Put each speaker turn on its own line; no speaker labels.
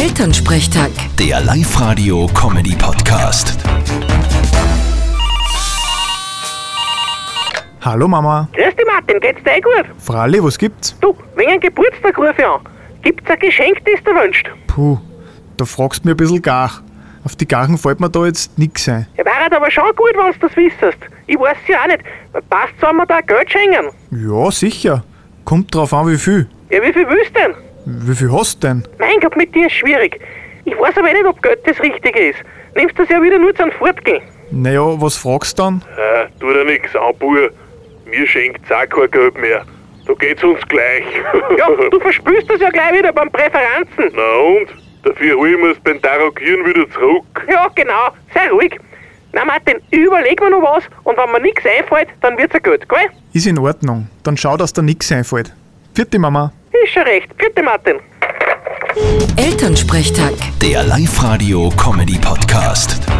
Elternsprechtag.
Der Live-Radio-Comedy-Podcast.
Hallo Mama.
Grüß dich, Martin, geht's dir eh gut?
Fralli, was gibt's?
Du, wegen einem Geburtstag rufe ich an. Gibt's ein Geschenk, das du wünschst?
Puh, da fragst du mich ein bisschen gar. Auf die Gachen fällt mir da jetzt nix ein.
Ja, wäre aber schon gut, wenn du das wissest. Ich weiß ja auch nicht. Passt, soll man da Geld schenken?
Ja, sicher. Kommt drauf an, wie viel.
Ja, wie viel willst du denn?
Wie viel hast du denn?
Mein Gott, mit dir ist schwierig. Ich weiß aber eh nicht, ob Geld das Richtige ist. Nimmst das ja wieder nur zum Fortgehen.
Naja, was fragst du dann?
Äh, tu dir nix an, Bur. Mir schenkt's auch kein Geld mehr. Da geht's uns gleich.
Ja, du verspürst das ja gleich wieder beim Präferenzen.
Na und? Dafür holen wir's beim Tarokieren wieder zurück.
Ja, genau. Sei ruhig. Na, Martin, überleg mir noch was und wenn mir nichts einfällt, dann wird's ja gut, gell?
Ist in Ordnung. Dann schau, dass dir nix einfällt. Vierte Mama.
Ist schon recht. Bitte, Martin.
Elternsprechtag.
Der Live-Radio-Comedy-Podcast.